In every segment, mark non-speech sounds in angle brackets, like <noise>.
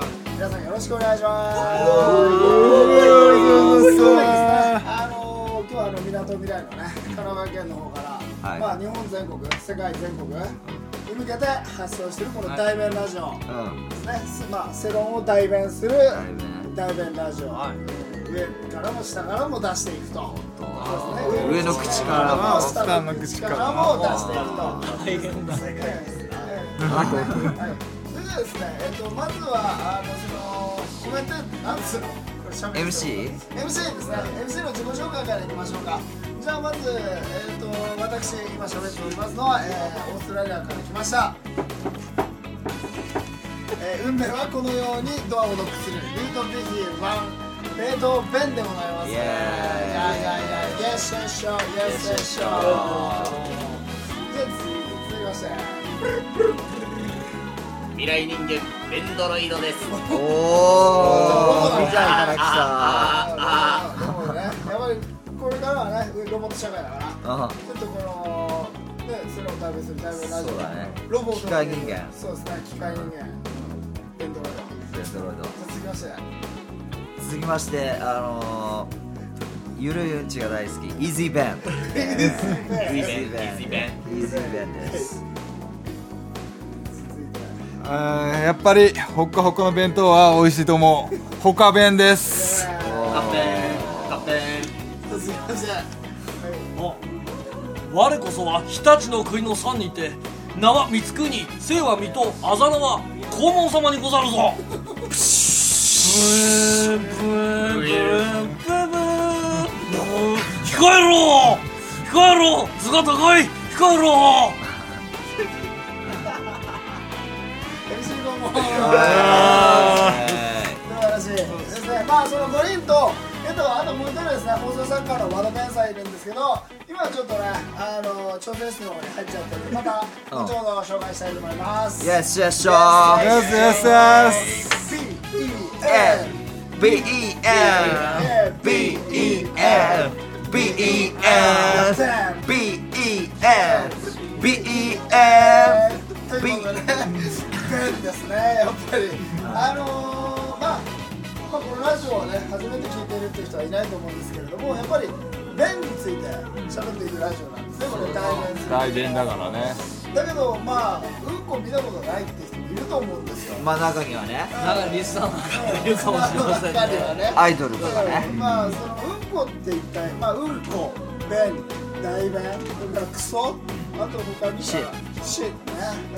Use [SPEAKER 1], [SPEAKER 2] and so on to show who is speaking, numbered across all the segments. [SPEAKER 1] しくお願いします。あのー今日はあの港未来のね、神奈川県の方から、
[SPEAKER 2] はい
[SPEAKER 1] まあ日本全国、世界全国に向けて発送してるこの代弁ラジオ
[SPEAKER 2] うん
[SPEAKER 1] ですね。まあ世論を代弁する
[SPEAKER 2] 代弁
[SPEAKER 1] 代弁ラジオ。
[SPEAKER 3] はい
[SPEAKER 1] 上からも下からも出していくと。そうですね
[SPEAKER 2] 上の口から
[SPEAKER 1] も
[SPEAKER 2] も
[SPEAKER 1] 下の口からも出していくと。
[SPEAKER 3] 大変だ
[SPEAKER 1] はい、それではですね、えっと、まずは、あの、その、コメント、なんつうの。これ喋ってる
[SPEAKER 2] MC？
[SPEAKER 1] MC ですね、MC の自己紹介からいきましょうか。じゃあ、まず、えっと、私、今喋っておりますのは、えーオーストラリアから来ました。えー運命はこのようにドアをノックする。リートビヒーワン。ベートーベンでございます。
[SPEAKER 2] イエーイ
[SPEAKER 1] いやいやいや、イエスエッショイエスエッショじゃあ、次続きまして。
[SPEAKER 4] 未来人間ベンドロイドです
[SPEAKER 2] おおみ
[SPEAKER 1] ー
[SPEAKER 2] たいから来た
[SPEAKER 1] ああでもね、やっぱりこれからはね、ロボット社会だから、
[SPEAKER 2] あ
[SPEAKER 1] ちょっとこの、ね、それを代弁する代弁ラジオ、
[SPEAKER 2] そうだね
[SPEAKER 1] ロボット
[SPEAKER 2] 機械人間
[SPEAKER 1] そうですね、機械人間、電動ロボット。
[SPEAKER 2] ベンドロイド
[SPEAKER 1] 続きまして、
[SPEAKER 2] 続きましてあのーゆるいうんちが大好きイージーベン
[SPEAKER 4] イ
[SPEAKER 2] イ
[SPEAKER 4] ージーベン
[SPEAKER 2] イージーベンです
[SPEAKER 1] 続いて、
[SPEAKER 5] あーやっぱりほっかほかの弁当は美味しいと思うほか弁です
[SPEAKER 1] えー
[SPEAKER 4] カッペンカッペ
[SPEAKER 1] 続きまして、はい
[SPEAKER 3] あ我こそは日立の国の山にて名は光国姓は水戸あざ名は黄門様にござるぞプシューブーンブーンブーンブーン控えろ控えろ図が高い控え <laughs> ろ
[SPEAKER 1] MC どうも
[SPEAKER 2] はい
[SPEAKER 1] 素晴らしいですね。まあその五人と、えっとあともう一人ですね、放送作家の和田天才いるんですけど、今ちょっとね、あの調整室の方に入っちゃったので、また
[SPEAKER 2] うん
[SPEAKER 1] 後ほど紹介したいと思います。
[SPEAKER 2] イエスイエスショ
[SPEAKER 5] Yes,
[SPEAKER 2] ー
[SPEAKER 5] yes, yes.
[SPEAKER 1] B E N
[SPEAKER 2] B-E-N B-E-N B-E-N B-E-N B-E-N
[SPEAKER 1] ということでね、便利ですね、やっぱり。あのー、まあ、まあ、このラジオをね、初めて聞いてるっていう人はいないと思うんですけれども、やっぱり、便について喋っていくラジオなんですね、これ、大変
[SPEAKER 5] 大弁だからね
[SPEAKER 1] だけど、まあ、うんこ見たことないって人もいると思うんですよ。
[SPEAKER 2] まあ中にはね
[SPEAKER 3] なんかリスナーがいるかもしれません
[SPEAKER 1] 中には
[SPEAKER 3] ね
[SPEAKER 1] ね
[SPEAKER 2] <laughs> アイドルとか
[SPEAKER 1] う
[SPEAKER 2] ね
[SPEAKER 1] んまあ、そのうんこって一体、まあ、うんこ、便、大便、それからクソ、あと他に
[SPEAKER 2] シ
[SPEAKER 1] シ
[SPEAKER 2] ッ
[SPEAKER 1] シッね、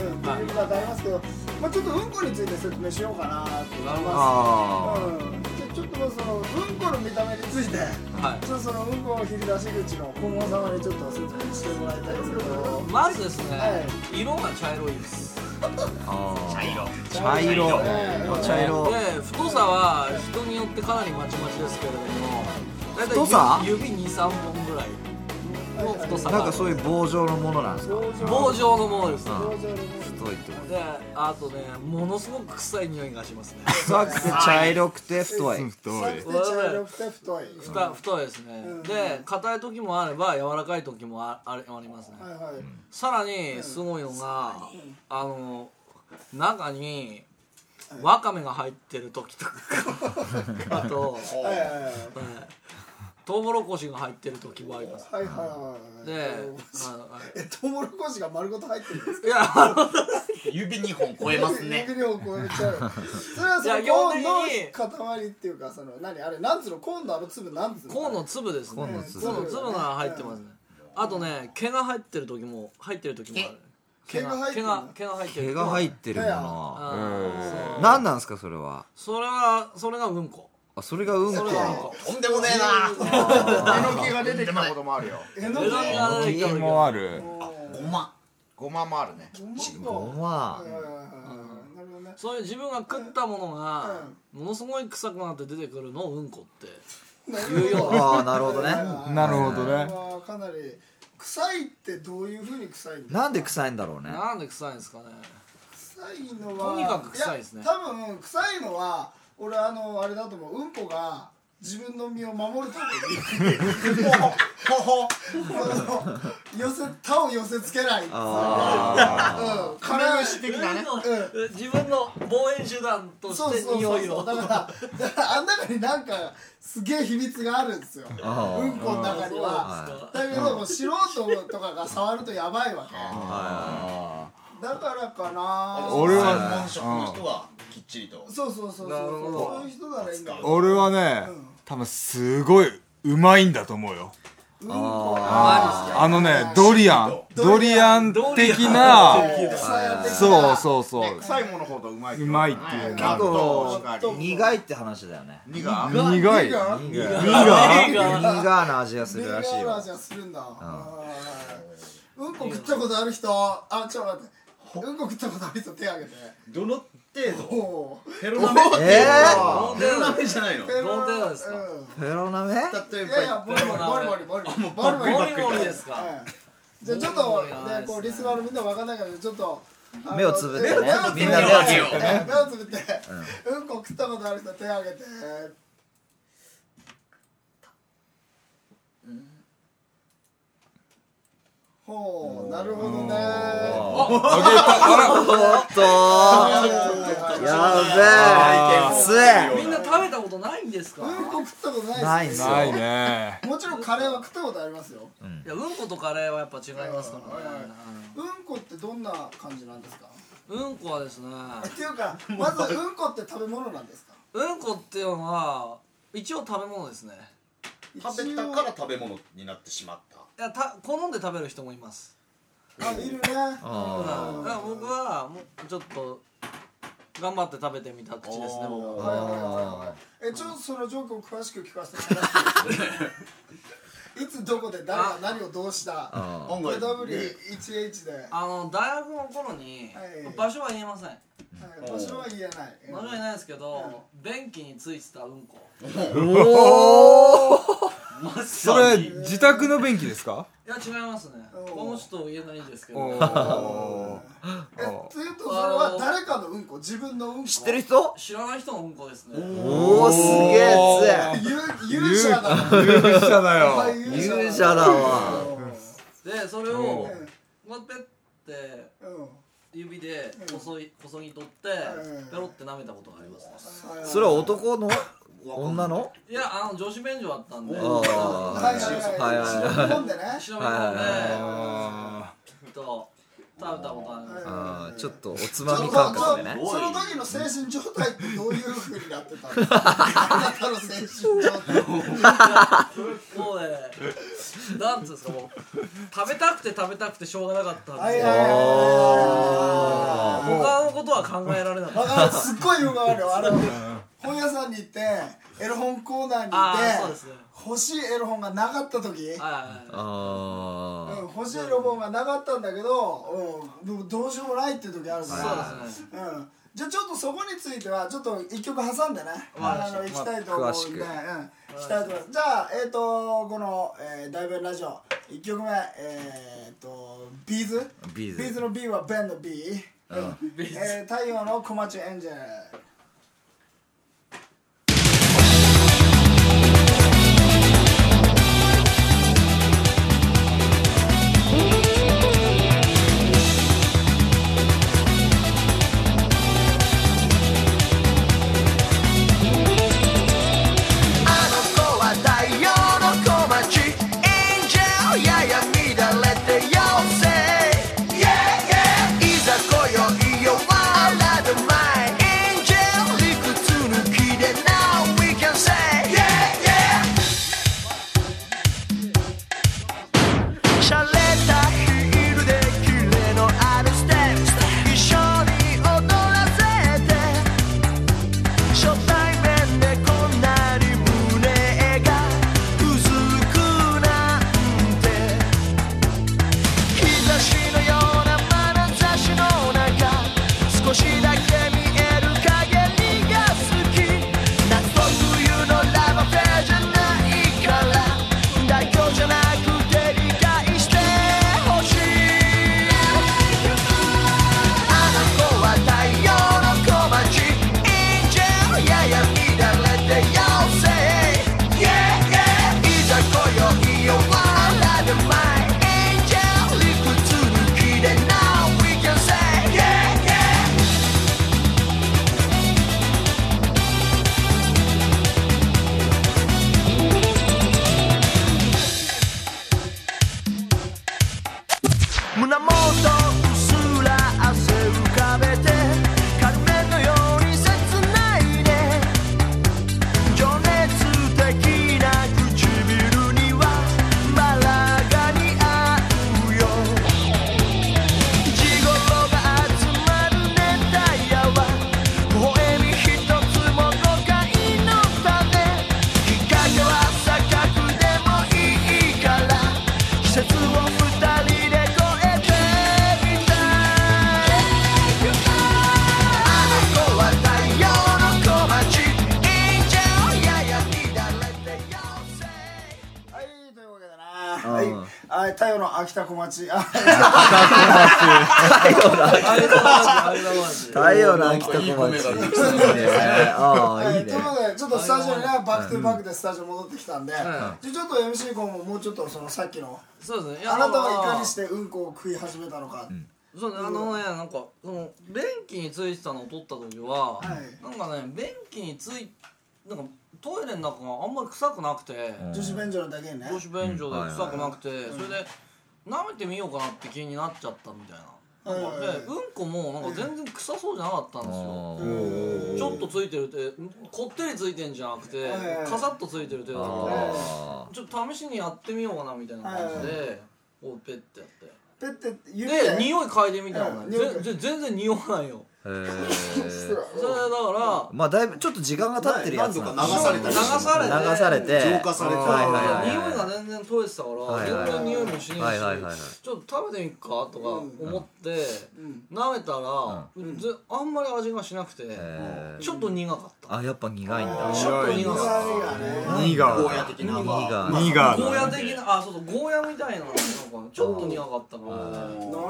[SPEAKER 1] うん、という言い方ありますけど、まあ、ちょっとうんこについて説明しようかなと思います。
[SPEAKER 2] あ
[SPEAKER 1] うんでちょっとまあそのうんこの見た目について、
[SPEAKER 3] はい
[SPEAKER 1] ちょっとそのうんこの切り出し口の顧問様にちょっと説明してもらいたいんですけど、
[SPEAKER 3] まずですね、
[SPEAKER 1] は
[SPEAKER 3] 色が茶色いです
[SPEAKER 2] あ
[SPEAKER 4] ン
[SPEAKER 2] ー
[SPEAKER 1] 茶
[SPEAKER 2] 茶
[SPEAKER 1] 色
[SPEAKER 2] 色茶
[SPEAKER 3] で
[SPEAKER 2] 色
[SPEAKER 3] 太さは人によってかなりまちまちですけれども大体
[SPEAKER 2] 太さ
[SPEAKER 3] 指23本ぐらいの太さが
[SPEAKER 2] なんかそういう棒状のものなんですか
[SPEAKER 3] 棒状のものですね
[SPEAKER 2] うん
[SPEAKER 1] 棒状のもの
[SPEAKER 2] 太いってこ
[SPEAKER 3] であとねものすごく臭い匂いがし
[SPEAKER 2] <laughs>
[SPEAKER 3] ますね
[SPEAKER 2] と臭くて茶色くて太い
[SPEAKER 5] 太い
[SPEAKER 1] で茶色くて太い。
[SPEAKER 3] ふた太いですねで硬い時もあれば柔らかい時もああれありますね
[SPEAKER 1] はいはい。
[SPEAKER 3] さらにすごいのがあの中にわかめが入ってる時と
[SPEAKER 2] <laughs>
[SPEAKER 3] かあと
[SPEAKER 1] はいはい
[SPEAKER 3] トウモロコシが入ってる時もあります
[SPEAKER 1] はいはいはい。
[SPEAKER 3] で、あのあ
[SPEAKER 1] え、トウモロコシが丸ごと入ってるんですか。
[SPEAKER 3] いや、あの
[SPEAKER 4] 指2本超えま
[SPEAKER 6] <laughs>
[SPEAKER 4] す
[SPEAKER 3] <laughs>
[SPEAKER 4] ね
[SPEAKER 1] 指を超えちゃう。それはそ
[SPEAKER 3] い
[SPEAKER 1] の
[SPEAKER 3] や基
[SPEAKER 1] コ
[SPEAKER 3] 本
[SPEAKER 1] ー
[SPEAKER 3] 的
[SPEAKER 1] ン
[SPEAKER 3] に
[SPEAKER 1] の塊っていうか、その、何あれ、なんつうの、コーンのあの粒なんつうの。
[SPEAKER 3] コーンの粒ですね。
[SPEAKER 2] コーンの粒
[SPEAKER 3] コーンの粒が入ってますね。あとね、毛が入ってる時も、入ってる時もある。
[SPEAKER 1] 毛が入って
[SPEAKER 3] 毛
[SPEAKER 1] る
[SPEAKER 3] が、毛が入ってる。
[SPEAKER 2] 毛が入っ
[SPEAKER 3] る。
[SPEAKER 2] てるもの
[SPEAKER 3] あー
[SPEAKER 2] 何なんですかそれは
[SPEAKER 3] それは、それがうんこ。
[SPEAKER 2] あそれがうんこ
[SPEAKER 3] それがうんこ。
[SPEAKER 4] とんでもねえな
[SPEAKER 6] えのきが出てきたこともあるよ
[SPEAKER 1] えの
[SPEAKER 3] 枝
[SPEAKER 1] き。
[SPEAKER 3] が入ってる
[SPEAKER 5] 金
[SPEAKER 3] 時
[SPEAKER 5] も
[SPEAKER 3] は。
[SPEAKER 5] ある
[SPEAKER 4] ごま
[SPEAKER 6] ごまもあるね
[SPEAKER 2] ご
[SPEAKER 1] は
[SPEAKER 2] ま
[SPEAKER 1] いはいはいはい。なるほどね。
[SPEAKER 3] そういう自分が食ったものが、ものすごい臭くなって出てくるのをうんこって。
[SPEAKER 1] 言う
[SPEAKER 2] あーなるほどね
[SPEAKER 5] なるほどね
[SPEAKER 1] かなり。臭いってどういう風に臭いんだ。
[SPEAKER 2] なんで臭いんだろうね
[SPEAKER 3] なんで臭いんですかね。
[SPEAKER 1] 臭いのは
[SPEAKER 3] とにかく臭いですね
[SPEAKER 1] や多分臭いのは俺あのあれだと思ううんこが自分の身を守るためにもうほ <laughs> ほこの寄せ他を寄せつけないうん
[SPEAKER 2] あ
[SPEAKER 1] 金
[SPEAKER 6] 金虫的なね
[SPEAKER 1] う
[SPEAKER 3] 自分の防衛手段と
[SPEAKER 1] そう
[SPEAKER 3] して
[SPEAKER 1] そう
[SPEAKER 3] 匂
[SPEAKER 1] そう
[SPEAKER 3] い
[SPEAKER 1] そう
[SPEAKER 3] を
[SPEAKER 1] だからだからあん中になんかすげえ秘密があるんですようん
[SPEAKER 2] あー
[SPEAKER 1] この中には
[SPEAKER 3] そうなんですか
[SPEAKER 1] だけどもう素人とかが触るとやばいわけ
[SPEAKER 2] は
[SPEAKER 1] だからかな
[SPEAKER 5] 俺は
[SPEAKER 4] マンションの人はきっちりと
[SPEAKER 1] そうそうそうそう
[SPEAKER 2] なるほど
[SPEAKER 1] そういう人ならいいんだけど
[SPEAKER 5] 俺はね多分すごいうまいんだと思うよ
[SPEAKER 1] うんこ
[SPEAKER 2] あ
[SPEAKER 1] が
[SPEAKER 5] あのねドリアンドリアン的な
[SPEAKER 1] 草屋的な
[SPEAKER 5] そうそうそう
[SPEAKER 6] 臭いものほどうまい。
[SPEAKER 5] うまいっていう
[SPEAKER 2] な
[SPEAKER 6] 納豆しか
[SPEAKER 2] い
[SPEAKER 6] り。
[SPEAKER 2] 苦いって話だよね
[SPEAKER 6] 苦が。
[SPEAKER 5] 苦い
[SPEAKER 1] 苦
[SPEAKER 2] 苦い
[SPEAKER 3] 苦い
[SPEAKER 2] 苦な味がす
[SPEAKER 1] レギ
[SPEAKER 2] る
[SPEAKER 1] ュラ
[SPEAKER 2] らしい
[SPEAKER 1] ー
[SPEAKER 2] よ
[SPEAKER 1] 味はするんだうんうんこ食ったことある人あちょっと待ってうんこ食ったことある人手挙げて
[SPEAKER 4] どの程
[SPEAKER 1] お
[SPEAKER 4] 度
[SPEAKER 1] お
[SPEAKER 4] ヘロナメ
[SPEAKER 2] え
[SPEAKER 3] 本当
[SPEAKER 4] ヘロナ
[SPEAKER 3] だ
[SPEAKER 4] メじゃないの
[SPEAKER 1] ペロ
[SPEAKER 3] 本当ですか
[SPEAKER 1] うん
[SPEAKER 2] ーペロナメ
[SPEAKER 4] 例え
[SPEAKER 1] いやいや
[SPEAKER 4] ば
[SPEAKER 1] ボリボリボリボリボリボリ
[SPEAKER 3] モリモリですか
[SPEAKER 1] はいじゃあちょっとねこうリスナーのみんなわかんないからちょっとあの
[SPEAKER 2] 目をつぶってね
[SPEAKER 1] 目をつぶって
[SPEAKER 2] みんな
[SPEAKER 4] 目をつぶってよ
[SPEAKER 1] 目をつぶってうんこ食ったことある人手挙げてほうなるほどね
[SPEAKER 2] おっとやべえす
[SPEAKER 3] みんな食べたことないんですか
[SPEAKER 1] うんこ食ったこと
[SPEAKER 2] え
[SPEAKER 1] な
[SPEAKER 2] ないい
[SPEAKER 1] で
[SPEAKER 2] ん
[SPEAKER 1] す
[SPEAKER 2] す
[SPEAKER 1] よ
[SPEAKER 2] よ
[SPEAKER 5] ないね
[SPEAKER 1] もちろんカレーは食ったことありますよ
[SPEAKER 3] いやうんことカレーはやっぱ違いますか
[SPEAKER 1] はい
[SPEAKER 3] ら
[SPEAKER 1] はい
[SPEAKER 3] ね
[SPEAKER 1] うんこってどんな感じなんですか
[SPEAKER 3] うんこはですね
[SPEAKER 1] っていうかまずうんこって食べ物なんですか
[SPEAKER 3] うんこっていうのは一応食べ物ですね
[SPEAKER 4] 食べたから食べ物になってしまった
[SPEAKER 3] いやた好んで食べる人もいます
[SPEAKER 1] あいるね
[SPEAKER 3] だから
[SPEAKER 2] あ
[SPEAKER 1] ー
[SPEAKER 3] だから僕はもうちょっと頑張って食べてみた口ですね僕は
[SPEAKER 1] はいはいはいはいえちょっとそのジョークを詳しく聞かせてもらっていいですかいつどこで誰が何をどうした
[SPEAKER 2] あ
[SPEAKER 4] 音楽
[SPEAKER 1] W1H で、は
[SPEAKER 3] あの大学の頃に
[SPEAKER 1] はい
[SPEAKER 3] 場所は言えません
[SPEAKER 1] い、場所は言えないうん
[SPEAKER 3] 場所は言えないですけど便器についてたうんこ
[SPEAKER 5] それ自宅の便器ですか
[SPEAKER 3] いや違いますね
[SPEAKER 1] おー
[SPEAKER 3] この人言えないですけ
[SPEAKER 5] お
[SPEAKER 3] ど
[SPEAKER 5] ー
[SPEAKER 1] えというとそれは誰かのうんこ自分のうんこ
[SPEAKER 2] 知ってる人
[SPEAKER 3] 知らない人のうんこですね
[SPEAKER 2] おおすげえ
[SPEAKER 5] お
[SPEAKER 1] ゆ勇者だな
[SPEAKER 5] 勇者だよ
[SPEAKER 2] 勇者だわ
[SPEAKER 3] でそれを
[SPEAKER 5] お
[SPEAKER 3] こうやってやって
[SPEAKER 1] うんうん
[SPEAKER 3] 指でこそいこそぎ取って
[SPEAKER 1] うん
[SPEAKER 3] ペロって舐めたことがありますね
[SPEAKER 2] それは男の女の
[SPEAKER 3] いやあの女子便所あったんで
[SPEAKER 2] あ
[SPEAKER 3] 忍び
[SPEAKER 1] は
[SPEAKER 2] はい
[SPEAKER 1] いはいはい
[SPEAKER 2] は
[SPEAKER 1] はいい飲んでね
[SPEAKER 3] 込んで
[SPEAKER 5] あ
[SPEAKER 3] ちょっと食べたことあります
[SPEAKER 2] あーちょっとおつ
[SPEAKER 1] そ
[SPEAKER 2] まみ
[SPEAKER 1] の
[SPEAKER 2] 感覚でね
[SPEAKER 1] その時の精神状態ってどういうふうになってたんですかあなたの精神状態
[SPEAKER 3] もうね、なんつうんですかもう食べたくて食べたくてしょうがなかったんで、
[SPEAKER 1] はいはいはいはいはい
[SPEAKER 3] 他のことは考えられなか
[SPEAKER 1] わ
[SPEAKER 3] った
[SPEAKER 1] かるすっごいよくあるよあの本屋さんに行ってエロ本コーナーに
[SPEAKER 3] あーそう
[SPEAKER 1] 行
[SPEAKER 3] で
[SPEAKER 1] っ
[SPEAKER 3] す
[SPEAKER 1] て
[SPEAKER 3] ね
[SPEAKER 1] 欲しいエロ本がなかった時、
[SPEAKER 3] はいは
[SPEAKER 1] うん
[SPEAKER 2] あ、
[SPEAKER 1] 欲しいエロ本がなかったんだけど、うん、でもどうしようもないっていう時あるか
[SPEAKER 3] い
[SPEAKER 1] ら
[SPEAKER 3] はいそうですね
[SPEAKER 1] うん、じゃあちょっとそこについてはちょっと一曲挟んでね、あの行きたいと思うんで、
[SPEAKER 2] ま
[SPEAKER 1] うん、行きたいと思いますじゃあえっ、とこの、えー、大弁ラジオ一曲目えっ、とビーズ
[SPEAKER 2] ビーズ
[SPEAKER 1] の B はベンの B、うんえー、太陽の小町エンジェル
[SPEAKER 7] あの子は太陽の小町エンジェルやや乱れて妖精 Yeah, yeah いざ今宵よあらぬ前エンジェル理屈抜きで Now we can say Yeah, yeah 洒落たヒールでキレのあるステップ一緒に踊らせて初対面でこんなに胸がうずくなんて
[SPEAKER 1] あ太陽の秋田小町あ
[SPEAKER 3] あれだマジあれだマジ
[SPEAKER 2] 太陽の秋田小町いいねああ
[SPEAKER 1] <laughs> はいい
[SPEAKER 2] いね
[SPEAKER 1] ということでちょっとスタジオにねバックトゥバックでスタジオ戻ってきたんで、じゃあちょっと MC コンももうちょっとそのさっきの
[SPEAKER 3] そうですねいや
[SPEAKER 1] あなたはいか
[SPEAKER 3] まあ
[SPEAKER 1] にしてうんこを食い始めたのか、
[SPEAKER 3] そうねあのねなんかその便器についてたのを取った時は、
[SPEAKER 1] はい
[SPEAKER 3] なんかね便器についなんかトイレの中があんまり臭くなくて、
[SPEAKER 1] 女子便所のだけにね
[SPEAKER 3] 公衆便所で臭くなくて、それで舐めてみようかなって気になっちゃったみたいな。
[SPEAKER 1] はい
[SPEAKER 3] なん
[SPEAKER 1] はい
[SPEAKER 3] か
[SPEAKER 1] はい
[SPEAKER 3] でうんこもなんか全然臭そうじゃなかったんですよちょっとついてるってこってりついてんじゃなくて
[SPEAKER 1] はいはい
[SPEAKER 3] カサッとついてるってだったから
[SPEAKER 2] あ
[SPEAKER 3] ちょっと試しにやってみようかなみたいな感じでこうペッてやって
[SPEAKER 1] ペッて言っ
[SPEAKER 3] で
[SPEAKER 1] て
[SPEAKER 3] 匂い嗅いでみたの
[SPEAKER 1] うん
[SPEAKER 3] ねぜ
[SPEAKER 1] 匂い嗅い
[SPEAKER 3] ぜ全然匂わないよ
[SPEAKER 2] ーへえ
[SPEAKER 3] それだか
[SPEAKER 2] まあだいぶちょっと時間が経ってるやつなんで
[SPEAKER 4] 何
[SPEAKER 2] し
[SPEAKER 4] 度
[SPEAKER 2] ょ
[SPEAKER 4] か流された
[SPEAKER 3] ら
[SPEAKER 4] り
[SPEAKER 3] 流されて
[SPEAKER 2] 流されて
[SPEAKER 4] 浄化されて
[SPEAKER 2] はいはい
[SPEAKER 3] そう
[SPEAKER 2] はい
[SPEAKER 3] 匂いが全然取れてたか
[SPEAKER 2] はいは
[SPEAKER 3] ら
[SPEAKER 2] い
[SPEAKER 3] 全然匂いもしね
[SPEAKER 2] はいはいはいは
[SPEAKER 3] え
[SPEAKER 2] い
[SPEAKER 3] しちょっと食べてみっかとか思って舐めたらぜあんまり味がしなくて
[SPEAKER 2] え
[SPEAKER 3] ちょっと苦かった
[SPEAKER 2] あやっぱ苦いんだ
[SPEAKER 3] ちょっと苦
[SPEAKER 1] 苦
[SPEAKER 3] かっ
[SPEAKER 1] 味がね
[SPEAKER 5] ニガ
[SPEAKER 4] ゴー
[SPEAKER 5] ー
[SPEAKER 4] ヤ的な
[SPEAKER 2] 苦い
[SPEAKER 4] まあ
[SPEAKER 5] ニ
[SPEAKER 3] た
[SPEAKER 5] ガー
[SPEAKER 3] ゴーヤ
[SPEAKER 5] だ
[SPEAKER 3] 的なあそうそうゴーヤみたいななんかちょっと苦かったから
[SPEAKER 1] なる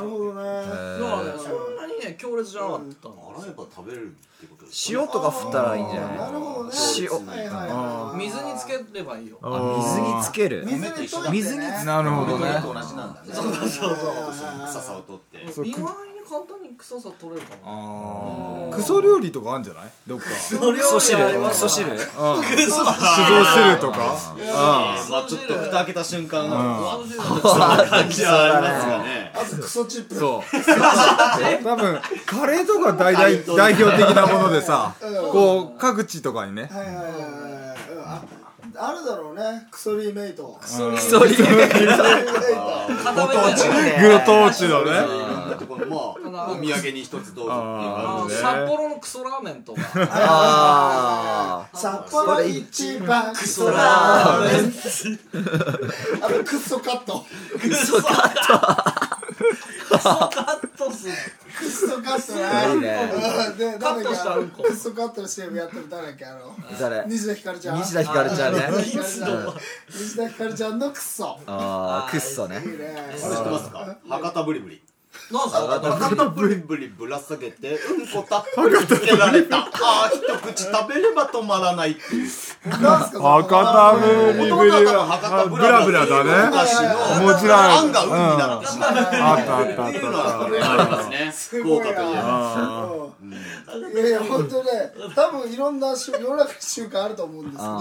[SPEAKER 1] ほどね
[SPEAKER 3] だからねそんなにね強烈じゃなかったの
[SPEAKER 4] あれやっぱ食べれるってことです
[SPEAKER 2] 塩とか振ったらいいんじゃない
[SPEAKER 1] なるほどね
[SPEAKER 2] 塩
[SPEAKER 1] はいはいはい
[SPEAKER 3] 水につければいいよ
[SPEAKER 2] 水につける
[SPEAKER 1] 水に溶いて、ね、
[SPEAKER 2] 水につ
[SPEAKER 5] なるほ
[SPEAKER 4] ね
[SPEAKER 5] どね
[SPEAKER 4] と同じなんだねそうそうそう臭さを取って
[SPEAKER 3] 意外に簡単に臭さ取れるか <laughs> な
[SPEAKER 5] クソ料理とかあるんじゃないどっか
[SPEAKER 2] クソ汁クソ汁
[SPEAKER 5] 酒造汁とか
[SPEAKER 4] まあちょっと蓋開けた瞬間うわ
[SPEAKER 3] そう
[SPEAKER 4] 感じはありますよね
[SPEAKER 1] あとクソチップ
[SPEAKER 5] 多分カレーとか大代代表的なものでさこう各地とかにね
[SPEAKER 1] はいはいはいはいうんああるだろうねクソリーメイトクソ
[SPEAKER 2] クソ汁
[SPEAKER 1] リーメイト
[SPEAKER 3] 固めて
[SPEAKER 5] ご当地のね
[SPEAKER 4] だってこのまあお土産に一つどうぞっていう
[SPEAKER 3] あ
[SPEAKER 4] 感
[SPEAKER 3] の
[SPEAKER 4] じで
[SPEAKER 3] 札幌のクソラーメンとか
[SPEAKER 2] あ
[SPEAKER 1] 札幌一番クソラーメンあのクソカット
[SPEAKER 3] クソカットクソカットす
[SPEAKER 1] クソカット
[SPEAKER 2] あいい
[SPEAKER 1] ね
[SPEAKER 2] ね
[SPEAKER 1] うんで
[SPEAKER 3] カ
[SPEAKER 1] 誰
[SPEAKER 3] ットした
[SPEAKER 1] だ
[SPEAKER 3] うん
[SPEAKER 1] っ
[SPEAKER 3] こ
[SPEAKER 1] けクソカットの CM やってる誰だっけあの
[SPEAKER 2] 誰
[SPEAKER 1] 西田ひかるちゃん
[SPEAKER 2] 西田ひかるちゃんね
[SPEAKER 1] あ西田ひかるちゃん西田ひかるちゃんのクソ
[SPEAKER 2] あークッソね
[SPEAKER 1] いいね
[SPEAKER 4] あれ知ってますか博多ブリブリ
[SPEAKER 3] なんすか
[SPEAKER 4] 博多ブリブリぶら下げてうんこたっぷりつけられ <laughs> たあー一口食べれば止まらないっていう
[SPEAKER 1] なんすかその
[SPEAKER 5] 博多ブリブリ
[SPEAKER 4] 元々は
[SPEAKER 5] は
[SPEAKER 4] 博多
[SPEAKER 5] ブ
[SPEAKER 4] ブラ
[SPEAKER 5] ラブラだ
[SPEAKER 4] お菓
[SPEAKER 5] ね
[SPEAKER 4] 子の
[SPEAKER 5] もちろん
[SPEAKER 4] あんがうんになってしまう
[SPEAKER 5] あったあったあ
[SPEAKER 4] っ
[SPEAKER 5] ってた
[SPEAKER 4] いうの
[SPEAKER 5] あ
[SPEAKER 4] は
[SPEAKER 5] っ
[SPEAKER 4] これありますね
[SPEAKER 1] す
[SPEAKER 4] 福
[SPEAKER 1] ごい
[SPEAKER 4] 岡といえ
[SPEAKER 5] た
[SPEAKER 4] ば
[SPEAKER 1] ないやいや本当ね多分いろんなしゅ世の中に習慣あると思うんですけど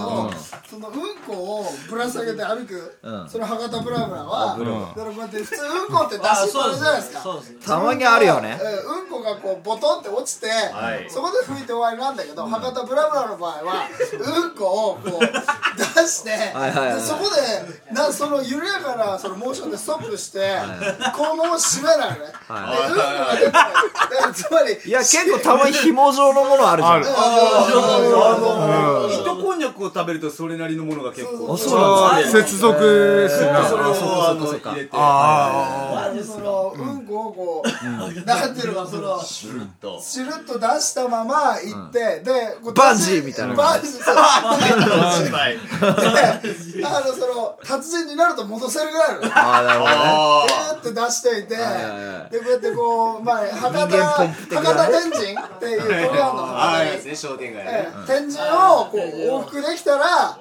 [SPEAKER 1] そのうんこをぶら下げて歩く、
[SPEAKER 2] うん
[SPEAKER 1] その博多ブラブラは、だからこうやって普通うんこって出しっぱなしじゃないですか
[SPEAKER 3] そうですね
[SPEAKER 2] たまにあるよね
[SPEAKER 1] うんうんこがこうボトンって落ちて、
[SPEAKER 4] い
[SPEAKER 1] そこで拭いて終わりなんだけど、博多ブラブラの場合はうんこをこう出して
[SPEAKER 2] いはいはい
[SPEAKER 1] でそこでなその緩やかなそのモーションでストップして、このまま締めないのね、でうんこが出てだからつまり
[SPEAKER 2] いや結構たまに紐状のものあるじゃん
[SPEAKER 5] ある
[SPEAKER 4] 糸こんにゃくを食べるとそれなりのものが結構
[SPEAKER 2] あ
[SPEAKER 4] そ
[SPEAKER 2] そうなんだ
[SPEAKER 5] あー接続するな
[SPEAKER 4] れ
[SPEAKER 5] あ
[SPEAKER 4] をあの入れて
[SPEAKER 5] あ
[SPEAKER 1] そのうんこをこう、なんていうのかその
[SPEAKER 4] シュルッと
[SPEAKER 1] シュルッと出したまま行って、でこう
[SPEAKER 2] バンジーみたいな
[SPEAKER 1] バンジーそう
[SPEAKER 4] はい
[SPEAKER 1] で <laughs> あのその達人になると戻せるぐらいのね
[SPEAKER 2] ああなるほどね
[SPEAKER 4] あ
[SPEAKER 1] ピューって出していて、
[SPEAKER 2] いはい
[SPEAKER 1] でこうやってこう、まあ、博多
[SPEAKER 2] 人間ポンプ的な
[SPEAKER 1] 博多天神っていうこれあるの
[SPEAKER 4] ー
[SPEAKER 1] 博
[SPEAKER 4] あ
[SPEAKER 1] 多
[SPEAKER 4] ーいい
[SPEAKER 1] で
[SPEAKER 4] ですね商店街
[SPEAKER 1] え
[SPEAKER 4] ね
[SPEAKER 1] え天神をこう往復できたら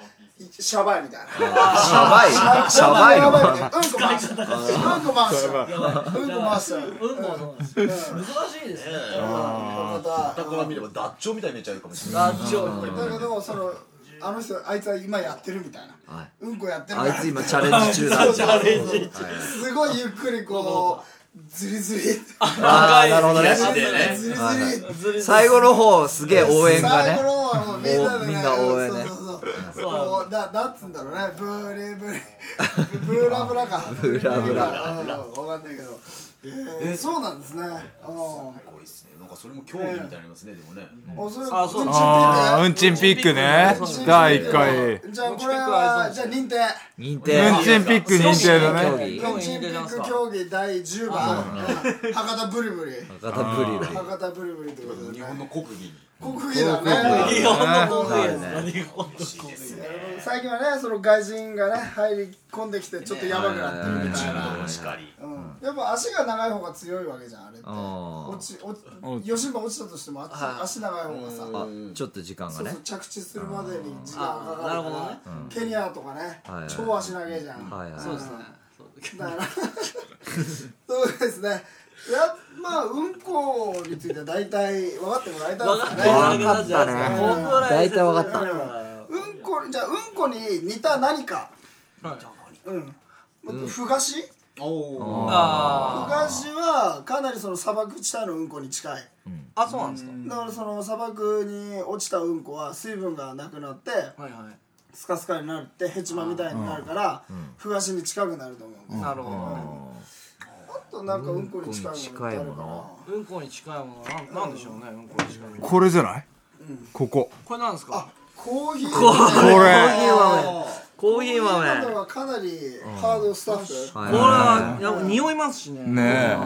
[SPEAKER 1] シャバいみたいな。
[SPEAKER 2] シャバいシャバい
[SPEAKER 1] や
[SPEAKER 2] の
[SPEAKER 1] ばいねうんこ回した。うんこ回した。うんこ回した。
[SPEAKER 3] うんこはそうなんです難しいですね
[SPEAKER 1] また
[SPEAKER 4] だから見ればダッチョウみたいに見えちゃうかもしれな
[SPEAKER 3] ラ
[SPEAKER 4] い
[SPEAKER 3] ッチョウ
[SPEAKER 1] だけどそのあの人あいつは今やってるみたいな、
[SPEAKER 2] はい
[SPEAKER 1] うんこやってる
[SPEAKER 2] あ
[SPEAKER 1] み
[SPEAKER 2] い
[SPEAKER 1] た
[SPEAKER 2] つ
[SPEAKER 1] いな
[SPEAKER 2] 今チャレンジ中なんだ
[SPEAKER 1] すごいゆっくりこうずりずり
[SPEAKER 2] ああなるほどね
[SPEAKER 4] 足でね
[SPEAKER 1] ずりずり
[SPEAKER 2] 最後の方すげえ応援がね
[SPEAKER 1] 最後の方はもうみんなでね
[SPEAKER 2] みんな応援ね
[SPEAKER 1] そうそうそうもうななんつうんだろうねブーリブリブーラブラかブ
[SPEAKER 2] ーラブラ
[SPEAKER 1] 分かんないけどえーそうなんですね。あの
[SPEAKER 4] すごいっすねなんかそれも競技みたいになりますねでもね
[SPEAKER 1] おそら
[SPEAKER 3] あそう
[SPEAKER 1] く
[SPEAKER 5] ああ、うんちんピックね
[SPEAKER 1] うんちんピック。
[SPEAKER 5] 第1回。
[SPEAKER 1] じゃあこれはじゃあ認定。
[SPEAKER 2] 認定
[SPEAKER 5] うんちんピック認定だ
[SPEAKER 2] 競
[SPEAKER 5] ね。
[SPEAKER 2] 技
[SPEAKER 1] うんちんピック競技第10番うん博多ブリブリ。
[SPEAKER 2] 博多ブリブリ
[SPEAKER 1] 博多ブリブリってことで
[SPEAKER 4] 日
[SPEAKER 1] ね。
[SPEAKER 4] 本の国技
[SPEAKER 1] 国技だね。
[SPEAKER 3] 日本のコーデです。日本のコー
[SPEAKER 1] 最近はねその外人がね入り込んできてちょっとやばくなってるみたいな。
[SPEAKER 4] にしかり
[SPEAKER 1] うんやっぱ足が長い方が強いわけじゃんあれって。
[SPEAKER 2] あ
[SPEAKER 1] 落ち落ち吉村落ちたとしても足足長い方がさ。
[SPEAKER 2] あちょっと時間が
[SPEAKER 1] そう
[SPEAKER 2] ね
[SPEAKER 1] そう着地するまでに時間がかか
[SPEAKER 3] あーなる
[SPEAKER 1] るか
[SPEAKER 3] ほど
[SPEAKER 1] ら
[SPEAKER 3] ね
[SPEAKER 1] ケニアとかね、
[SPEAKER 2] はいはい
[SPEAKER 1] 超足長いじゃん、
[SPEAKER 2] はいはい
[SPEAKER 1] そ
[SPEAKER 2] そ
[SPEAKER 1] う
[SPEAKER 2] う
[SPEAKER 1] で
[SPEAKER 2] ですす
[SPEAKER 1] ね
[SPEAKER 2] ね
[SPEAKER 1] だからそうですねやまあうんこについては大体分かってもらえたんです
[SPEAKER 3] デ。
[SPEAKER 1] かね
[SPEAKER 2] 分かったね大体分かった
[SPEAKER 1] うんこじゃあうんこに似た何かうんふがし
[SPEAKER 4] おお
[SPEAKER 3] あ
[SPEAKER 1] ふがしはかなりその砂漠地帯のうんこに近い
[SPEAKER 3] あ。あ、そうなんですか。
[SPEAKER 1] だからその砂漠に落ちたうんこは水分がなくなって
[SPEAKER 3] はいは
[SPEAKER 1] スカスカになるってヘチマみたいになるからふがしに近くなると思うんで
[SPEAKER 3] い。
[SPEAKER 1] す
[SPEAKER 3] なるほどね。
[SPEAKER 1] もっとなんかうんこに近いものってある
[SPEAKER 2] うんこに近い
[SPEAKER 1] か
[SPEAKER 2] も
[SPEAKER 1] な
[SPEAKER 3] うんこに近いものなんなんでしょうね。うんこに近いもの。
[SPEAKER 5] これじゃないここ。
[SPEAKER 3] これなんですか。
[SPEAKER 1] コーヒー
[SPEAKER 5] これ。
[SPEAKER 3] コー
[SPEAKER 1] コ
[SPEAKER 3] ヒ
[SPEAKER 1] ーヒ
[SPEAKER 3] ー
[SPEAKER 1] ーな
[SPEAKER 3] 豆。
[SPEAKER 1] ど
[SPEAKER 3] こ
[SPEAKER 1] はかなりハードスタッフ
[SPEAKER 2] は
[SPEAKER 3] れ
[SPEAKER 2] いは
[SPEAKER 3] はやっぱ匂いますしね。
[SPEAKER 5] ね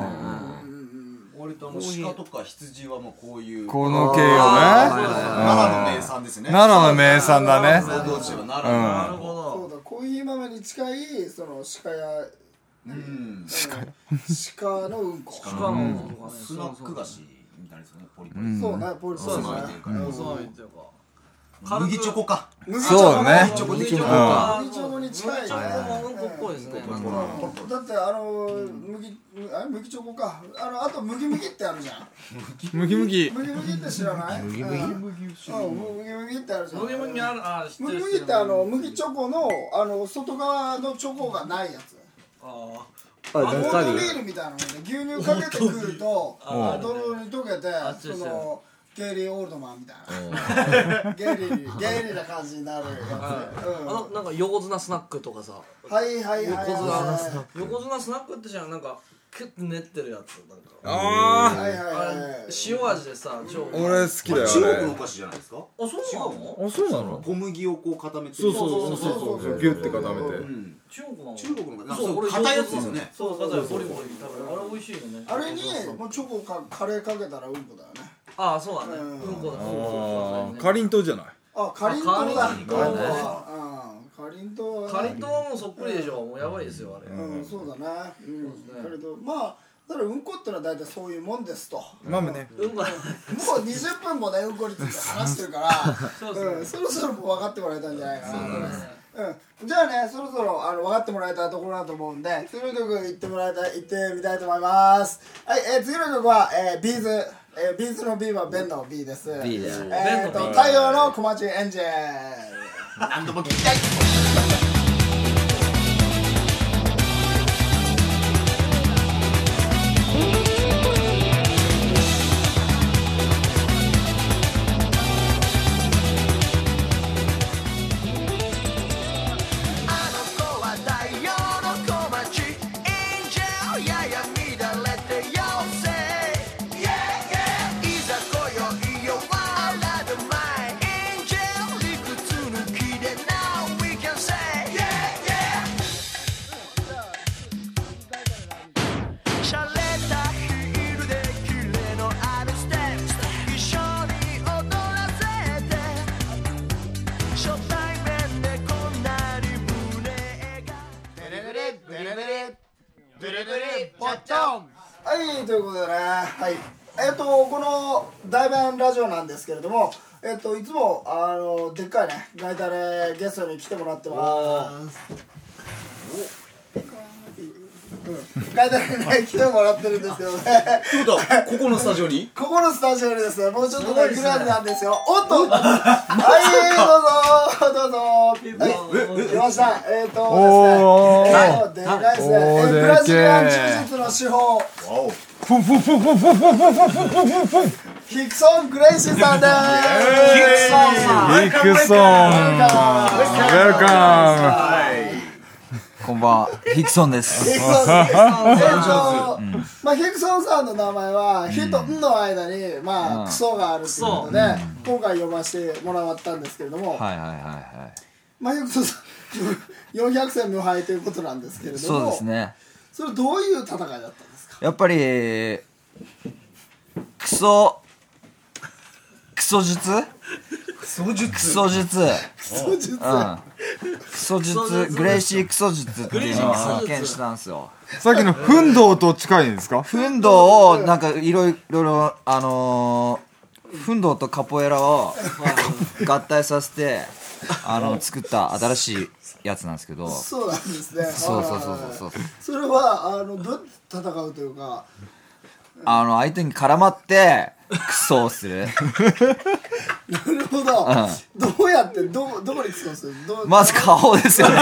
[SPEAKER 4] 俺とあの鹿とか羊はもうこういう
[SPEAKER 5] え。
[SPEAKER 4] 奈
[SPEAKER 5] この系
[SPEAKER 2] い
[SPEAKER 5] よね。
[SPEAKER 4] 良の名産ですね
[SPEAKER 5] 奈良の名産だね。
[SPEAKER 4] 良どうしよう奈
[SPEAKER 3] なる
[SPEAKER 4] 良
[SPEAKER 3] ほ
[SPEAKER 1] そう
[SPEAKER 3] ど。
[SPEAKER 1] だコーヒー豆に近いその鹿や
[SPEAKER 4] うん
[SPEAKER 1] 鹿のうんこ
[SPEAKER 3] しかも
[SPEAKER 4] スナック菓子みたいですねポリポリ
[SPEAKER 1] そうねポリス
[SPEAKER 4] そうですね
[SPEAKER 3] そうっていうか。
[SPEAKER 4] 麦チョコか
[SPEAKER 5] そうね。
[SPEAKER 3] 麦チョコ
[SPEAKER 5] か
[SPEAKER 1] 麦チョコに近いね
[SPEAKER 3] 麦チョコもうんこっぽいですね。
[SPEAKER 1] だってあの麦あ麦チョコかあのあと麦麦ってあるじゃん
[SPEAKER 5] ムキムキ。
[SPEAKER 1] 麦麦って知らない麦麦うん麦麦ってあるじゃん
[SPEAKER 3] 麦麦あるあ知ってる。
[SPEAKER 1] 麦ってあの麦チョコのあの外側のチョコがないやつ
[SPEAKER 3] あ
[SPEAKER 2] いあ
[SPEAKER 1] オー
[SPEAKER 2] 中
[SPEAKER 1] トミ
[SPEAKER 2] 身
[SPEAKER 1] ールみたいなのね牛乳かけてくると
[SPEAKER 3] ー
[SPEAKER 1] ドロドロに溶
[SPEAKER 3] あ
[SPEAKER 1] け
[SPEAKER 3] そう
[SPEAKER 1] てそ
[SPEAKER 3] そ
[SPEAKER 1] うのゲイリー・オールドマンみたいなゲイリーゲイリーな感じになるやつ
[SPEAKER 3] あ
[SPEAKER 1] うん
[SPEAKER 3] のなんか横綱スナックとかさ。
[SPEAKER 1] はいはいはい
[SPEAKER 3] 横綱
[SPEAKER 1] は
[SPEAKER 3] 横綱スナックってじゃんなんかキュッて練ってるやつなんか
[SPEAKER 1] いはいはい
[SPEAKER 3] あ
[SPEAKER 1] はい
[SPEAKER 3] れ塩味でさ超
[SPEAKER 5] 俺好きだよ。
[SPEAKER 4] 中国の
[SPEAKER 5] あ
[SPEAKER 4] お菓子じゃないですか
[SPEAKER 3] あそうなの
[SPEAKER 5] れあ、そうなの
[SPEAKER 4] 小麦をこう固めて
[SPEAKER 5] そうそうそ
[SPEAKER 1] そ
[SPEAKER 5] うそうう
[SPEAKER 1] そうそう
[SPEAKER 5] ギュって固めて。
[SPEAKER 4] ん
[SPEAKER 3] 中国なの
[SPEAKER 4] 中国のなんか
[SPEAKER 3] そう
[SPEAKER 4] そう
[SPEAKER 3] 俺
[SPEAKER 4] 硬いやつですよね
[SPEAKER 3] そうそうそうボリボリ食べるあれ美味しいよね
[SPEAKER 1] あれにもうチョコかカレーかけたらうんこだよね
[SPEAKER 3] ああそうだね
[SPEAKER 1] う
[SPEAKER 3] うんんこだそう
[SPEAKER 5] あ
[SPEAKER 3] そう
[SPEAKER 5] あ、
[SPEAKER 3] そう
[SPEAKER 5] かりんとうじゃない。
[SPEAKER 1] あカリントウだカ
[SPEAKER 3] あカ
[SPEAKER 1] リン
[SPEAKER 3] リン
[SPEAKER 1] トウ
[SPEAKER 3] トウ
[SPEAKER 1] はうんカリントウは
[SPEAKER 3] か
[SPEAKER 1] ね
[SPEAKER 3] りんとうはもうそっくりでしょもうやばいですよあれ
[SPEAKER 1] うん、そうだね。うん、
[SPEAKER 3] そうですね
[SPEAKER 1] だけど、まあ、だからうんこってのは大体そういうもんですと。も
[SPEAKER 5] まあね。
[SPEAKER 3] うん
[SPEAKER 1] う
[SPEAKER 3] こ
[SPEAKER 1] 20分もね、うんこについて話してるから、
[SPEAKER 3] そうそう
[SPEAKER 1] うん、そろそろもう分かってもらえたんじゃないかなと思います。うん、じゃあね、そろそろあの分かってもらえたところだと思うんで、次の曲行ってもらいたい、行ってみたいと思います。はい、えー次の曲は、えー、ビーズ、えー、ビーズの B はベンの B です。
[SPEAKER 2] B だよ
[SPEAKER 1] えーと、太陽の小町エンジェル。
[SPEAKER 4] 何度も聞きたい
[SPEAKER 7] あの子は太陽の小町 Angel やや乱れて妖精 Yeah yeah いざ来よいよ Out of my Angel 理屈抜きで Now we can say Yeah yeah 洒落たヒールでキレのあるステップ一緒に踊らせて初対面でこんなに胸が
[SPEAKER 1] はい、ということでね、はい、えっ、と、この大弁ラジオなんですけれども。えっ、と、いつも、あの、でっかいね、ガイタレゲストに来てもらってます。うんガイタレね、来てもらってるんですけどね。
[SPEAKER 4] どうだここのスタジオに <laughs>
[SPEAKER 1] ここのスタジオにですね、もうちょっとで来るはずなんですよ。おっと、はい、どうぞ、どうぞ。はい、来ました。えっ、と
[SPEAKER 5] おー
[SPEAKER 1] ですね、えーでかいですね。
[SPEAKER 5] お
[SPEAKER 1] え
[SPEAKER 5] ー
[SPEAKER 1] ーブ
[SPEAKER 5] でけえ
[SPEAKER 1] ラジルアン柔術の手法。
[SPEAKER 5] ふんふんふんふんふんふんふんふんふんふんふんふん。
[SPEAKER 1] ヒクソン・グレイシーさんです。
[SPEAKER 3] キクソンさん
[SPEAKER 5] リクソン。ウェルカム。
[SPEAKER 2] こんばんは。ヒクソンです。
[SPEAKER 1] ヘクソンさん、えっとまあ、ヘクソンさんの名前は、ヒとンの間に、ま
[SPEAKER 2] うん
[SPEAKER 1] あ、クソがあるっていうことで、今回呼ばせてもらったんですけれども、
[SPEAKER 2] はいはいはいは
[SPEAKER 1] まあ、ヘクソンさん、400戦無敗ということなんですけれ
[SPEAKER 2] い。
[SPEAKER 1] ど
[SPEAKER 2] そう
[SPEAKER 1] も、
[SPEAKER 2] ですね。
[SPEAKER 1] それどういう戦いだったんですか
[SPEAKER 2] やっぱり、クソ、クソ術クソ術
[SPEAKER 1] クソ術
[SPEAKER 2] うん。クソ術、グレイシークソ術っていうのを発見したんですよ。
[SPEAKER 5] さっきの奮闘と近いんですか
[SPEAKER 2] フンドを、なんかいろいろ、あのー、フンドとカポエラを合体させて、あの、作った新しいやつなんですけど、そ
[SPEAKER 1] そうなんですね。。
[SPEAKER 2] うそうそうそううそう。
[SPEAKER 1] それは、あの、どうやって戦うというか、
[SPEAKER 2] あの、相手に絡まって、クソをする。
[SPEAKER 1] なるほど。どうやって、ど、どこにクソするどう
[SPEAKER 2] まず顔ですよね。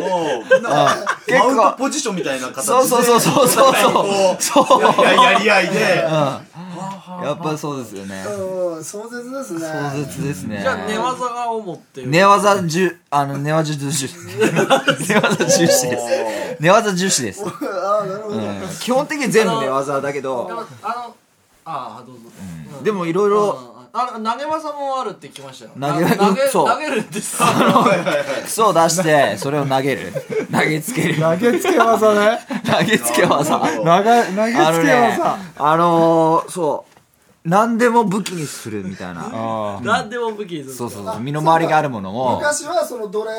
[SPEAKER 4] おうなんか
[SPEAKER 2] 結
[SPEAKER 4] マ
[SPEAKER 2] 構
[SPEAKER 4] ウントポジションみたいな形で
[SPEAKER 2] そうそうそうそうそうそう。そう。
[SPEAKER 4] ややり合いで
[SPEAKER 2] やっぱりそうですよね。
[SPEAKER 1] うん、壮絶ですね。
[SPEAKER 2] 壮絶ですね。
[SPEAKER 3] じゃあ寝技が思って
[SPEAKER 2] 寝技重、あの、寝技重視。寝技重視です。寝技重視です。
[SPEAKER 1] ああ、なるほど。
[SPEAKER 2] うん基本的に全部寝技だけ
[SPEAKER 3] あの
[SPEAKER 2] ど、
[SPEAKER 3] ああどうぞ、うん
[SPEAKER 2] でもいろいろ、
[SPEAKER 3] ああの投げ技もあるって聞きましたよ
[SPEAKER 2] 投げ技
[SPEAKER 3] あ投げ
[SPEAKER 2] そう
[SPEAKER 3] 投げるんで
[SPEAKER 2] <laughs>
[SPEAKER 3] すよ
[SPEAKER 2] クソを出して、それを投げる。投げつける。投
[SPEAKER 5] 投げつけ技ね
[SPEAKER 2] げつけ技。
[SPEAKER 5] 投げ投げ
[SPEAKER 2] あ
[SPEAKER 5] つけ
[SPEAKER 2] のね
[SPEAKER 5] 技、
[SPEAKER 2] あのー、そう、何でも武器にするみたいな。
[SPEAKER 5] あ
[SPEAKER 3] 何でも武器にする
[SPEAKER 2] そうそうそう、身の回りがあるものを。
[SPEAKER 1] 昔はその奴隷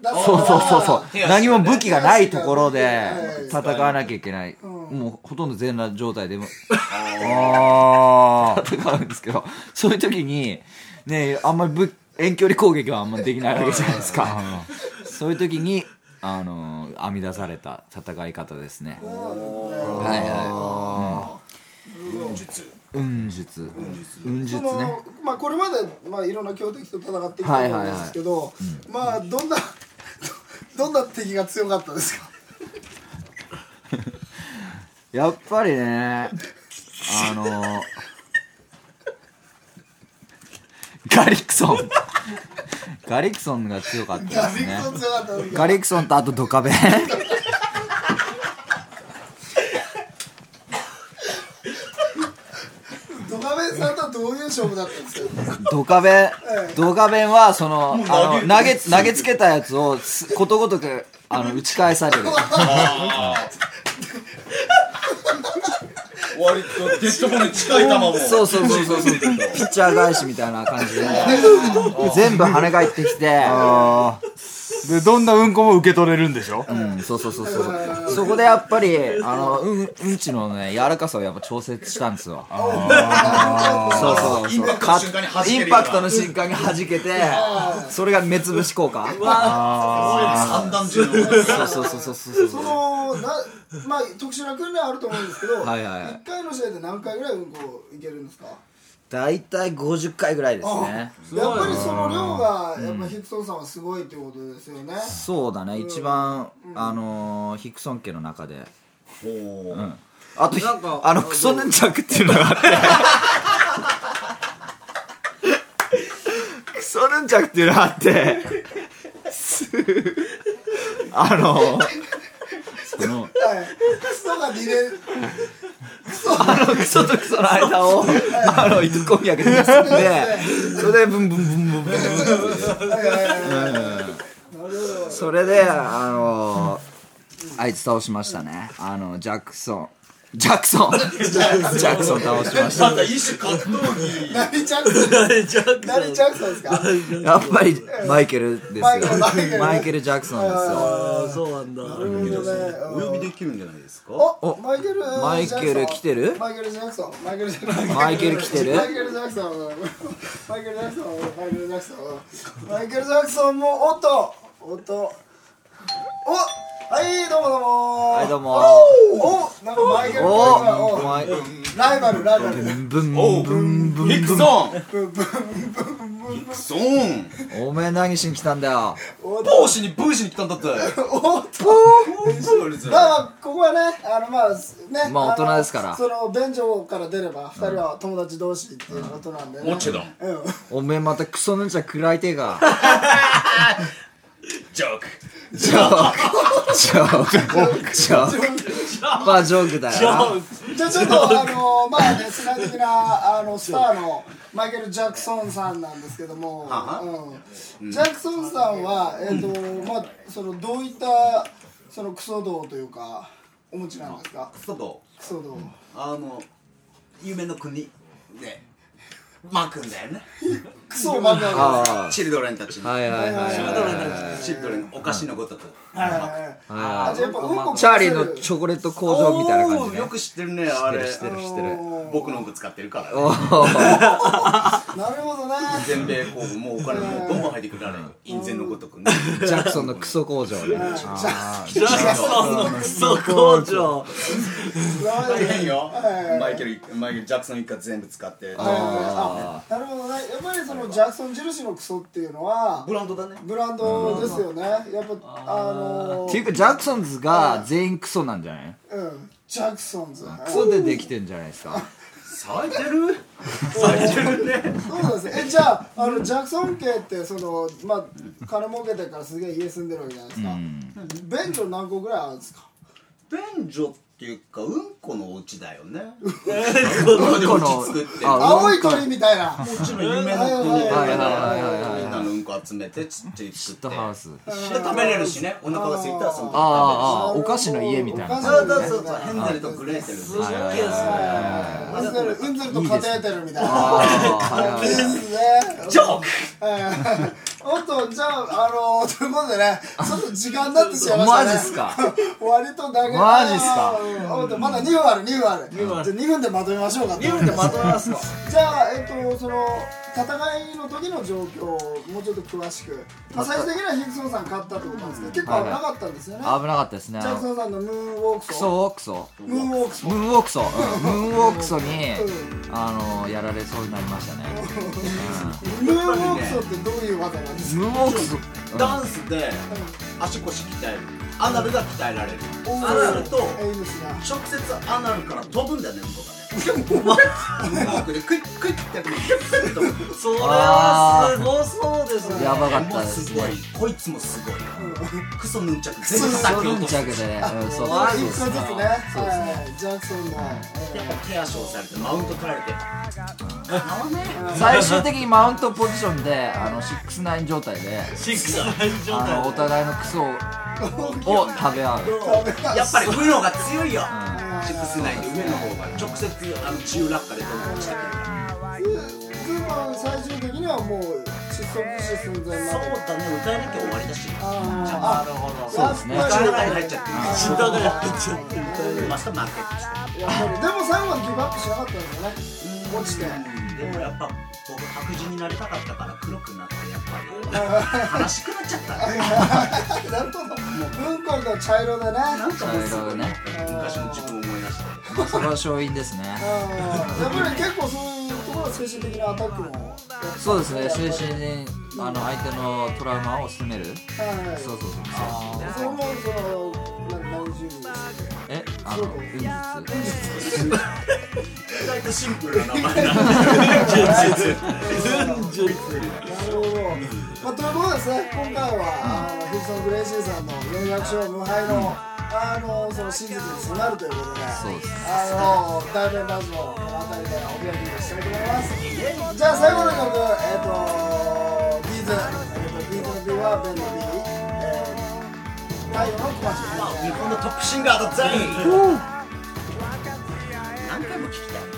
[SPEAKER 1] だった
[SPEAKER 2] そうそうそうそう
[SPEAKER 1] う。
[SPEAKER 2] 何も武器がないところで
[SPEAKER 1] 手足
[SPEAKER 2] 戦わなきゃいけない。もうほとんど全裸状態でも
[SPEAKER 5] あ
[SPEAKER 2] 戦うんですけど、そういう時に、ね、あんまりぶ遠距離攻撃はあんまりできないわけじゃないですか。そういう時に、あのー編み出された戦い方ですね。はいはい。うん運術。運術
[SPEAKER 1] そ
[SPEAKER 2] ね。
[SPEAKER 1] のまあこれまでまあいろんな強敵と戦ってきたと思うんですけど、まあどんな <laughs> どんな敵が強かったですか。
[SPEAKER 2] やっぱりね、あの、ガリクソン。ガリクソンが強かったで
[SPEAKER 1] ガ
[SPEAKER 2] す
[SPEAKER 1] リ
[SPEAKER 2] ね
[SPEAKER 1] ク。ソン強かったですか。
[SPEAKER 2] ガリクソンとあとドカベン。
[SPEAKER 1] ドカベンさんとはどういう勝負だったんですか。
[SPEAKER 2] ドカベン、ドカベンはその、あの、投げ、投げつけたやつをすことごとく、あの、打ち返される。
[SPEAKER 4] 割とデッドボールに近い球も
[SPEAKER 2] そうそうそうそうそう。ピッチャー返しみたいな感じで、全部跳ね返ってきて、
[SPEAKER 5] ーでどんなうんこも受け取れるんでしょ
[SPEAKER 2] うん、そうそうそうそう。そこでやっぱり、あの、うん、うんちのね、柔らかさをやっぱ調節したんですよ。そうそうそう。
[SPEAKER 4] インパクトの瞬間に弾ける
[SPEAKER 2] イ
[SPEAKER 4] ような
[SPEAKER 2] ンパクトの瞬間に弾けて、それが目つぶし効果。
[SPEAKER 4] 三段重の
[SPEAKER 2] そうそうそうそうそう
[SPEAKER 1] そ
[SPEAKER 2] そう。
[SPEAKER 1] のなまあ特殊な訓練あると思うんですけど、
[SPEAKER 2] はいはいはい
[SPEAKER 1] 一回の試合で何回ぐらいうんこいけるんですか。
[SPEAKER 2] 大体50回ぐらいですね。
[SPEAKER 1] やっぱりその量がやっぱヒクソンさんはすごいっていうことですよね。
[SPEAKER 2] そうだね、一番、あのー、ヒクソン家の中で。あとひ、
[SPEAKER 3] なんか
[SPEAKER 2] あの、クソヌンチャクって <laughs> いうのがあって。クソヌンチャクっていうのがあって、すあの、その、
[SPEAKER 1] はい。クソがリレー。
[SPEAKER 2] あの、クソとクソの間を、あの、糸こんにゃくで結んで、それで、ブンブンブンブンブンうん。それで、あの、あいつ倒しましたね。あの、ジャクソン。ジャクソンジャクソン倒しました。
[SPEAKER 4] なんか一種格闘技
[SPEAKER 1] 何チャンス
[SPEAKER 3] 誰じゃん
[SPEAKER 1] 何チャンスなんですか
[SPEAKER 2] やっぱりマイケルですよ
[SPEAKER 1] マイケルマイケル。
[SPEAKER 2] マイケル・ジャクソンですよ。
[SPEAKER 3] あーそうなんだ
[SPEAKER 4] お呼びできるんじゃないですか
[SPEAKER 1] おマイケル・
[SPEAKER 2] マイケル来てる
[SPEAKER 1] マイケル・ジャクソンマイケル・ジャクソン
[SPEAKER 2] マイケル来てる
[SPEAKER 1] マイケル・ジャクソンマイケル・ジャクソンマイケル・ジャクソンマイケル・ジャクソンもおっとおっとおはいどうもどうも
[SPEAKER 2] はい、どうも。
[SPEAKER 1] おなんかマイケル・ジャク
[SPEAKER 2] お
[SPEAKER 1] ソン
[SPEAKER 2] マイ
[SPEAKER 1] ライバルライバル
[SPEAKER 2] ブン
[SPEAKER 6] おう
[SPEAKER 2] ブンブン
[SPEAKER 6] ヒクソン
[SPEAKER 1] ブンブン
[SPEAKER 6] ヒクソン
[SPEAKER 2] おめえ何しに来たんだよ
[SPEAKER 4] 帽子にブーシに来たんだって
[SPEAKER 1] おっとまあまあここはねあのまあね
[SPEAKER 2] まあ大人
[SPEAKER 1] の
[SPEAKER 2] ですから
[SPEAKER 1] その便所から出れば二人は友達同士っていうことなんでね
[SPEAKER 6] もちろん
[SPEAKER 1] うん
[SPEAKER 2] おめえまたクソヌンチャ食らいてえが
[SPEAKER 6] ジョーク
[SPEAKER 2] ジョークジョークジョークまあジョークだよな
[SPEAKER 1] じゃあちょっ
[SPEAKER 6] <laughs>
[SPEAKER 1] とあのまあね世代的なあのスターのマイケル・ジャクソンさんなんですけども、うん、ジャクソンさんはえっ、とまあそのどういったそのクソ道というかお持ちなんですか
[SPEAKER 4] クソと
[SPEAKER 1] クソ道
[SPEAKER 4] あの夢の国で巻くんだよね
[SPEAKER 1] クソを漫画
[SPEAKER 2] あ
[SPEAKER 4] チルドレンたちに
[SPEAKER 2] あはいはいはい
[SPEAKER 4] チルドレンたちチルドレンお菓子のことと
[SPEAKER 1] あじゃあやっぱうんこ
[SPEAKER 2] チャーリーのチョコレート工場みたいな感じ
[SPEAKER 4] おーよ
[SPEAKER 2] ね
[SPEAKER 4] く知ってるねあれ
[SPEAKER 2] 知ってる知ってる
[SPEAKER 4] 僕の音使ってるから
[SPEAKER 2] お
[SPEAKER 4] ね
[SPEAKER 2] ー
[SPEAKER 1] なるほどね
[SPEAKER 4] 全米こうもうお金もどんどん入ってくるからね印税のごとくね
[SPEAKER 2] ジャクソンのクソ工場ね
[SPEAKER 3] ジャクソンのクソ工場
[SPEAKER 1] 大
[SPEAKER 4] 大変よマイケルマイケルジャクソン一家全部使って
[SPEAKER 1] あなるほどねやっぱりそのジャクソン印のクソっていうのは
[SPEAKER 4] ブランドだね
[SPEAKER 1] ブランドですよねやっぱあの
[SPEAKER 2] っていうかジャクソンズが全員クソなんじゃない
[SPEAKER 1] うんジャクソンズ
[SPEAKER 2] クソでできてんじゃないですか
[SPEAKER 4] 咲いてる咲いてるね
[SPEAKER 1] そうなんですねえじゃああのジャクソン家ってそのまあ金儲けてからすげえ家住んでるわけじゃないですか、便所何個ぐらいあるんですか
[SPEAKER 4] 便所っていうかうんこのお家だよね
[SPEAKER 2] うんこの
[SPEAKER 4] 作って
[SPEAKER 2] あ
[SPEAKER 1] 青い鳥みたいな
[SPEAKER 4] もちろん夢の
[SPEAKER 1] はい
[SPEAKER 4] 国
[SPEAKER 1] はい
[SPEAKER 2] はい
[SPEAKER 4] だ
[SPEAKER 2] はいはい
[SPEAKER 4] からみんなのうんこ集めてちっちゃい
[SPEAKER 2] シッ
[SPEAKER 4] 作
[SPEAKER 2] ト
[SPEAKER 4] って
[SPEAKER 2] ハウス
[SPEAKER 4] で食べれるしねお腹が空いたらその時食べれるし
[SPEAKER 2] ああああお菓子の家みたいな
[SPEAKER 1] お菓子
[SPEAKER 4] そうそうそうそうヘンゼルとグレーテルです
[SPEAKER 3] すげえ
[SPEAKER 1] うんずるうんずるとカテーテルみたい
[SPEAKER 2] あー
[SPEAKER 1] な
[SPEAKER 2] はいはい
[SPEAKER 1] いいですね
[SPEAKER 4] ジョーク
[SPEAKER 1] はいおっとじゃああのということでねちょっと時間になってしまいました
[SPEAKER 2] マ
[SPEAKER 1] ね
[SPEAKER 2] ジっすか
[SPEAKER 1] <laughs> 割と長い
[SPEAKER 2] マジっすか
[SPEAKER 1] うんおっとまだ2分ある2分あるじゃあ2分でまとめましょうか2分でまとめますか <laughs> じゃあえっとその戦いの時の状況をもうちょっと詳しく、まあ、最終的にはヒクソンさん勝ったってことなんですけど結構危なかったんですよね、
[SPEAKER 2] 危なかったですね
[SPEAKER 1] ジャクソンさんのムーンウォーク
[SPEAKER 2] ク
[SPEAKER 1] ソ
[SPEAKER 2] ソクソ
[SPEAKER 1] ムーンウォークソ
[SPEAKER 2] ムーンウォークソ、うん、ムーンウォークソに
[SPEAKER 1] う
[SPEAKER 2] あのやられそうになりましたね、
[SPEAKER 1] ムーンウォークソってどういう技なんです
[SPEAKER 2] うん、ム
[SPEAKER 1] か
[SPEAKER 2] ーンウォークソ
[SPEAKER 4] ダンスで足腰鍛えるアナルが鍛えられる
[SPEAKER 1] おー
[SPEAKER 4] アナルと
[SPEAKER 1] エイムスが
[SPEAKER 4] 直接アナルから飛ぶんだよね向こうがねフォークでクイックイッってやってヒュッて飛ぶ
[SPEAKER 3] それはすごそうですね
[SPEAKER 2] やばかっ
[SPEAKER 4] も
[SPEAKER 2] た
[SPEAKER 4] う
[SPEAKER 2] です
[SPEAKER 4] すごい
[SPEAKER 2] ね
[SPEAKER 4] こいつもすごいクソヌンチャク全部
[SPEAKER 2] ク
[SPEAKER 4] 叩
[SPEAKER 2] ソ
[SPEAKER 4] き
[SPEAKER 2] ヌ
[SPEAKER 4] 落
[SPEAKER 2] ン
[SPEAKER 4] と
[SPEAKER 2] チ
[SPEAKER 4] す
[SPEAKER 2] ャクでね、うん、そう
[SPEAKER 1] あ
[SPEAKER 2] そう
[SPEAKER 1] 一
[SPEAKER 2] そ
[SPEAKER 1] 個
[SPEAKER 2] う
[SPEAKER 1] ずつねはいジャクソンの
[SPEAKER 4] やっぱ手足を押されてマウント取られて
[SPEAKER 2] 最終的にマウントポジションであの69状態で
[SPEAKER 3] シックスライン状
[SPEAKER 2] あのお
[SPEAKER 3] 態
[SPEAKER 2] 互いのクソをを食べ合う
[SPEAKER 4] やっぱり上の方が強いよチップス内で上の方が直接あの中落下でどんどん落ちてくるから
[SPEAKER 1] ズーマン最終的にはもう失速死寸前まで
[SPEAKER 4] そうだね歌えなきゃ終わりだし
[SPEAKER 1] あーあ
[SPEAKER 2] そうですね
[SPEAKER 1] やっぱ
[SPEAKER 4] 中
[SPEAKER 1] り
[SPEAKER 4] 落下に入っちゃってる
[SPEAKER 3] 下がやっちゃってる
[SPEAKER 4] マスター負けてきた
[SPEAKER 1] やっぱりでも最後はギブアップしなかったんですよね落
[SPEAKER 4] <laughs>
[SPEAKER 1] ちて
[SPEAKER 4] でもやっぱ僕白人になりたかったから黒くなってやっぱり悲しくなっちゃったね
[SPEAKER 1] なるほどうんこが茶色でね
[SPEAKER 4] なんかもうすごい
[SPEAKER 2] ね
[SPEAKER 4] 昔の自分を思い出 <laughs> して
[SPEAKER 2] それは勝因ですね
[SPEAKER 1] うんやっぱり結構そういうところは精神的なアタックもやってたんね
[SPEAKER 2] そうですね精
[SPEAKER 1] やっぱり
[SPEAKER 2] 神にあの相手のトラウマを責める
[SPEAKER 1] はい
[SPEAKER 2] そうそうそうそう
[SPEAKER 1] それもそのな何十人でしたっけ
[SPEAKER 2] えあの運術
[SPEAKER 4] 意外とシンプルな名 <laughs> 前
[SPEAKER 1] な
[SPEAKER 4] だ
[SPEAKER 1] るほど。まあ、ということでですね、今回は、あの、ヒクソン・グレイシーさんの連絡書無敗の、あの、その真実に迫るということで、
[SPEAKER 2] そうです
[SPEAKER 1] あの、大連ラジオ、この辺りでお開きにしたいと思います。じゃあ、最後の曲、えっ、と、ビーズ、えっ、と、ビーズの B は、ベンの B、えー、太陽の小町。
[SPEAKER 4] 日本のトップシンガーだぜ何回も聞きたい